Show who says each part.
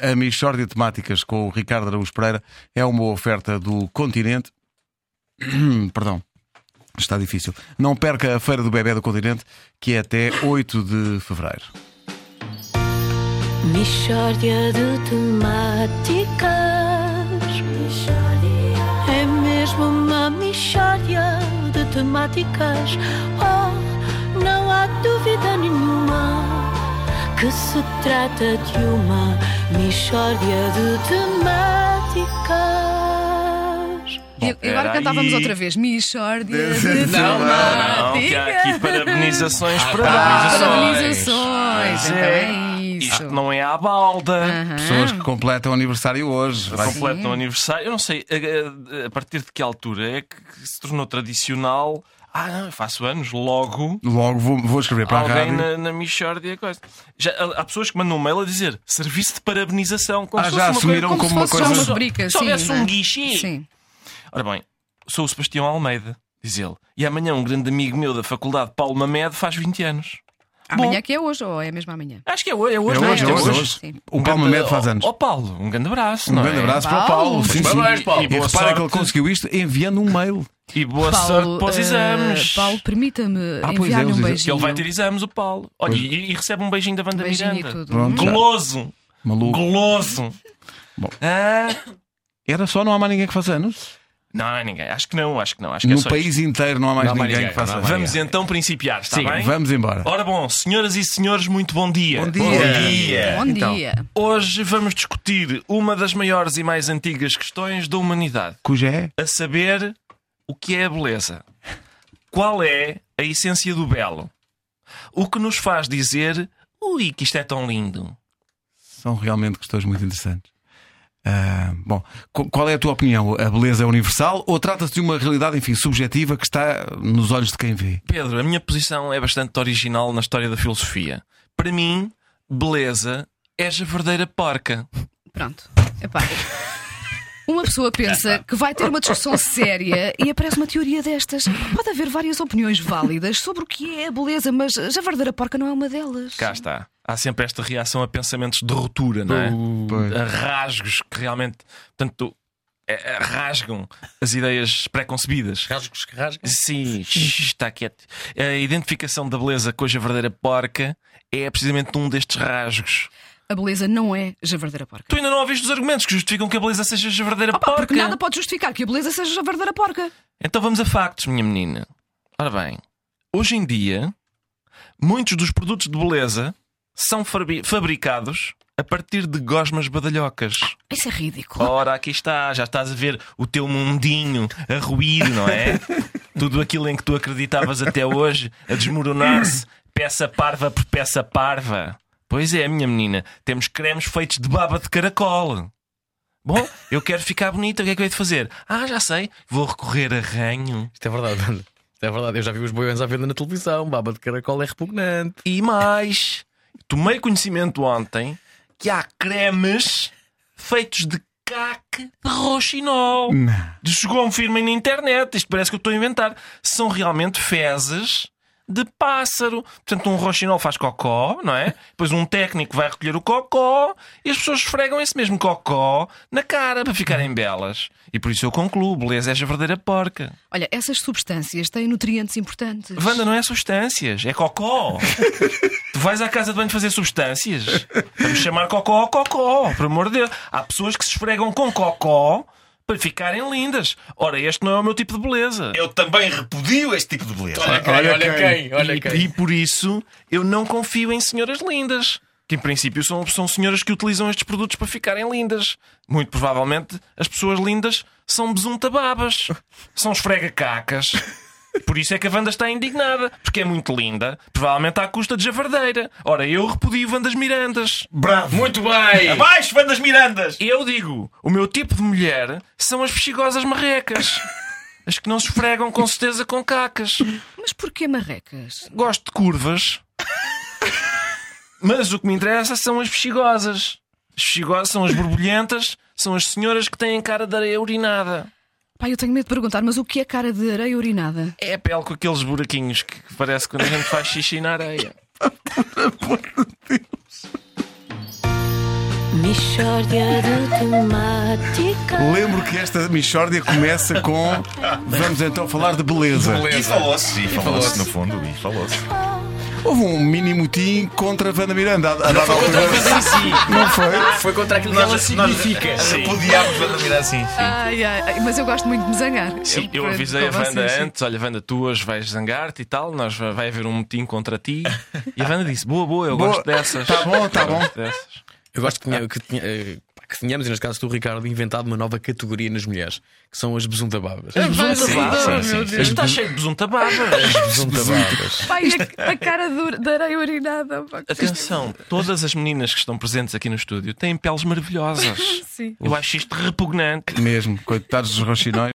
Speaker 1: A Michórdia de Temáticas com o Ricardo Araújo Pereira é uma oferta do Continente. Perdão. Está difícil. Não perca a Feira do Bebé do Continente, que é até 8 de fevereiro.
Speaker 2: Mixórdia de temáticas É mesmo uma mixórdia de temáticas Oh, não há dúvida nenhuma Que se trata de uma mixórdia de temáticas
Speaker 3: E
Speaker 4: Bom,
Speaker 3: agora
Speaker 4: era
Speaker 3: cantávamos
Speaker 4: aí.
Speaker 3: outra vez. Michórdia de
Speaker 4: Não, não, não, que há aqui
Speaker 3: temáticas.
Speaker 4: parabenizações
Speaker 1: Ah, tá.
Speaker 4: para
Speaker 3: Parabenizações.
Speaker 4: Pois
Speaker 3: Então
Speaker 4: é.
Speaker 3: é isso.
Speaker 4: Isto não é à balda.
Speaker 3: Aham.
Speaker 1: Pessoas que completam aniversário hoje. Vai-
Speaker 4: Completam o aniversário. Eu não sei a, a- a partir de que altura é que se tornou tradicional. Ah, não, eu faço anos, logo
Speaker 1: Logo vou, vou escrever para a
Speaker 4: alguém
Speaker 1: rádio. É
Speaker 4: na, na Michórdia. coisa. Já, há há pessoas que mandam um mail a dizer serviço de parabenização. é Como
Speaker 1: Ah,
Speaker 4: se fosse
Speaker 1: já
Speaker 4: uma
Speaker 1: assumiram
Speaker 4: coisa-
Speaker 1: como,
Speaker 3: se
Speaker 1: uma
Speaker 3: fosse já
Speaker 1: coisa.
Speaker 3: uma rubrica.
Speaker 4: Se
Speaker 3: sim,
Speaker 4: houvesse
Speaker 3: não é?
Speaker 4: um guichê.
Speaker 3: Sim.
Speaker 4: Ora bem, sou o Sebastião Almeida, diz ele. E amanhã um grande amigo meu da faculdade, Paulo Mamed, faz 20 anos.
Speaker 3: Amanhã que é hoje ou é mesmo amanhã?
Speaker 4: Acho que é hoje, é hoje.
Speaker 1: É
Speaker 4: não
Speaker 1: hoje, é
Speaker 3: é
Speaker 1: hoje, é
Speaker 3: hoje.
Speaker 1: hoje.
Speaker 3: Sim.
Speaker 1: O Palma
Speaker 4: Um grande-
Speaker 1: Médio faz
Speaker 4: Ó-
Speaker 1: anos.
Speaker 4: Ó Paulo, um grande abraço.
Speaker 1: Um
Speaker 4: não
Speaker 1: grande
Speaker 4: é?
Speaker 1: abraço para o Paulo.
Speaker 3: Paulo.
Speaker 1: Sim, sim.
Speaker 4: Parabéns, Paulo.
Speaker 1: E
Speaker 4: Boa
Speaker 1: repara que ele
Speaker 4: sorte.
Speaker 1: conseguiu isto enviando um mail.
Speaker 4: E boa sorte para os
Speaker 3: eh,
Speaker 4: exames.
Speaker 3: Paulo, permita-me
Speaker 1: Ah, pois é,
Speaker 3: enviar-lhe
Speaker 1: os
Speaker 3: um
Speaker 1: exames.
Speaker 4: que
Speaker 3: beijinho.
Speaker 4: ele vai ter exames, o Paulo. Olha, e, e recebe um beijinho da Wanda
Speaker 3: beijinho e
Speaker 4: Miranda.
Speaker 3: tudo.
Speaker 1: Pronto. Já.
Speaker 4: Goloso.
Speaker 1: Maluco.
Speaker 4: Goloso.
Speaker 1: Bom.
Speaker 4: Ah,
Speaker 1: Era só, não há mais ninguém que faça anos.
Speaker 4: não, é ninguém. Acho que não, acho que não. Acho que é
Speaker 1: No
Speaker 4: só
Speaker 1: país inteiro não há mais
Speaker 5: Não há mais
Speaker 1: ninguém que
Speaker 5: ninguém,
Speaker 1: faça
Speaker 5: não há
Speaker 1: anos.
Speaker 4: isto. Vamos então principiar, está
Speaker 5: Sim,
Speaker 4: bem?
Speaker 1: Vamos embora.
Speaker 4: Ora bom, senhoras e senhores, muito bom dia.
Speaker 1: Bom dia.
Speaker 3: Bom
Speaker 1: Então.
Speaker 3: dia.
Speaker 4: Hoje vamos discutir uma das maiores e mais antigas questões da humanidade.
Speaker 1: Cuja é?
Speaker 4: a saber o que é a beleza. Qual é a essência do belo? O que nos faz dizer ui, que isto é tão lindo?
Speaker 1: São realmente questões muito interessantes. Ah, bom, qu- qual é a tua opinião? A beleza é universal ou trata-se de uma realidade, enfim, subjetiva que está nos olhos de quem vê?
Speaker 4: Pedro, a minha posição é bastante original na história da filosofia. Para mim, beleza é a verdadeira porca.
Speaker 3: Pronto. Epá. Uma pessoa pensa que vai ter uma discussão séria e aparece uma teoria destas. Pode haver várias opiniões válidas sobre o que é a beleza, mas a verdadeira porca não é uma delas.
Speaker 4: Cá está. Há sempre esta reação a pensamentos de ruptura, não é?
Speaker 1: Pois.
Speaker 5: Hum.
Speaker 4: A rasgos que realmente, portanto, eh, eh, rasgam as ideias preconcebidas.
Speaker 5: Rasgos que rasgam.
Speaker 4: Sim, shh, está quieto. A identificação da beleza com a verdadeira porca é precisamente um destes rasgos.
Speaker 3: A beleza não é a verdadeira porca.
Speaker 4: Tu ainda não ouviste os argumentos que justificam que a beleza seja a verdadeira
Speaker 3: Opa,
Speaker 4: porca.
Speaker 3: porque nada pode justificar que a beleza seja a verdadeira porca.
Speaker 4: Então vamos a factos, minha menina. Ora bem, hoje em dia, muitos dos produtos de beleza são fabri- fabricados a partir de gosmas badalhocas.
Speaker 3: Isso é ridículo.
Speaker 4: Ora, aqui está, já estás a ver o teu mundinho a ruir, não é? Tudo aquilo em que tu acreditavas até hoje a desmoronar-se, peça parva por peça parva. Pois é, minha menina, temos cremes feitos de baba de caracol. Bom, eu quero ficar bonita, o que é que eu hei de fazer? Ah, já sei, vou recorrer a ranho
Speaker 5: Isto é verdade, Wanda. Isto é verdade. Eu já vi os boiões à venda na televisão. Baba de caracol é repugnante.
Speaker 4: e mais. Tomei conhecimento ontem que há cremes feitos de caque de roxinol.
Speaker 1: Não.
Speaker 4: Desconfirmem na internet, isto parece que eu estou a inventar. São realmente fezes de pássaro. Portanto, um roxinol faz cocó, não é? Depois um técnico vai recolher o cocó e as pessoas esfregam esse mesmo cocó na cara para ficarem belas. E por isso eu concluo: beleza é a verdadeira porca.
Speaker 3: Olha, essas substâncias têm nutrientes importantes.
Speaker 4: Wanda não é substâncias, é cocó. tu vais à casa de banho fazer substâncias. Vamos chamar cocó ao cocó, por amor de Deus. Há pessoas que se esfregam com cocó para ficarem lindas. Ora, este não é o meu tipo de beleza.
Speaker 6: Eu também repudio este tipo de beleza.
Speaker 5: Olha quem, olha, quem, olha quem.
Speaker 4: E por isso eu não confio em senhoras lindas. Que em princípio são, são senhoras que utilizam estes produtos para ficarem lindas. Muito provavelmente as pessoas lindas são besuntababas, são esfrega-cacas. Por isso é que a Wanda está indignada, porque é muito linda, provavelmente à custa de javardeira. Ora, eu repudio Vandas Mirandas.
Speaker 6: Bravo.
Speaker 5: Muito bem!
Speaker 6: Abaixo, Vandas Mirandas!
Speaker 4: Eu digo, o meu tipo de mulher são as fechigosas marrecas. As que não se esfregam com certeza com cacas.
Speaker 3: Mas porquê marrecas?
Speaker 4: Gosto de curvas. Mas o que me interessa são as pexigosas. As pexigosas são as borbulhentas, são as senhoras que têm cara de areia urinada.
Speaker 3: Pá, eu tenho medo de perguntar, mas o que é cara de areia urinada?
Speaker 4: É a pele com aqueles buraquinhos que parece quando a gente faz xixi na areia.
Speaker 2: Michórdia de temáticas.
Speaker 1: Lembro que esta Michórdia começa com Vamos então falar de beleza.
Speaker 6: E falou-se, e falou-se
Speaker 5: falou-se.
Speaker 6: no fundo, e falou-se.
Speaker 1: Houve um mini motim contra a Vanda Miranda. A, a dada altura.
Speaker 5: Não foi? assim. Foi contra aquilo que ela significa.
Speaker 6: Podiámos virar assim.
Speaker 3: Ai, ai, ai, mas eu gosto muito de me zangar.
Speaker 4: Sim, eu
Speaker 3: Pronto,
Speaker 4: avisei a
Speaker 3: com vocês,
Speaker 4: Wanda
Speaker 3: sim.
Speaker 4: antes: olha, Wanda, tu hoje vais zangar-te e tal, nós vai haver um motim contra ti. E a Wanda disse: boa, boa, eu
Speaker 1: Boa.
Speaker 4: gosto dessas.
Speaker 1: Tá bom, tá
Speaker 4: Eu
Speaker 1: bom.
Speaker 4: gosto dessas.
Speaker 5: Eu gosto que, tinha- que tinha- eh, pá, que tínhamos, e neste caso tu, Ricardo, inventado uma nova categoria nas mulheres, que são as besuntababas. As
Speaker 4: Sim, sim, sim. Está cheio de besuntababas.
Speaker 5: besuntababas.
Speaker 3: Pai, a, a cara do, da areia urinada. pá, que
Speaker 4: Atenção, todas as meninas que estão presentes aqui no estúdio têm peles maravilhosas.
Speaker 3: Sim.
Speaker 4: Eu acho isto repugnante.
Speaker 1: Mesmo, coitados dos roxinóis.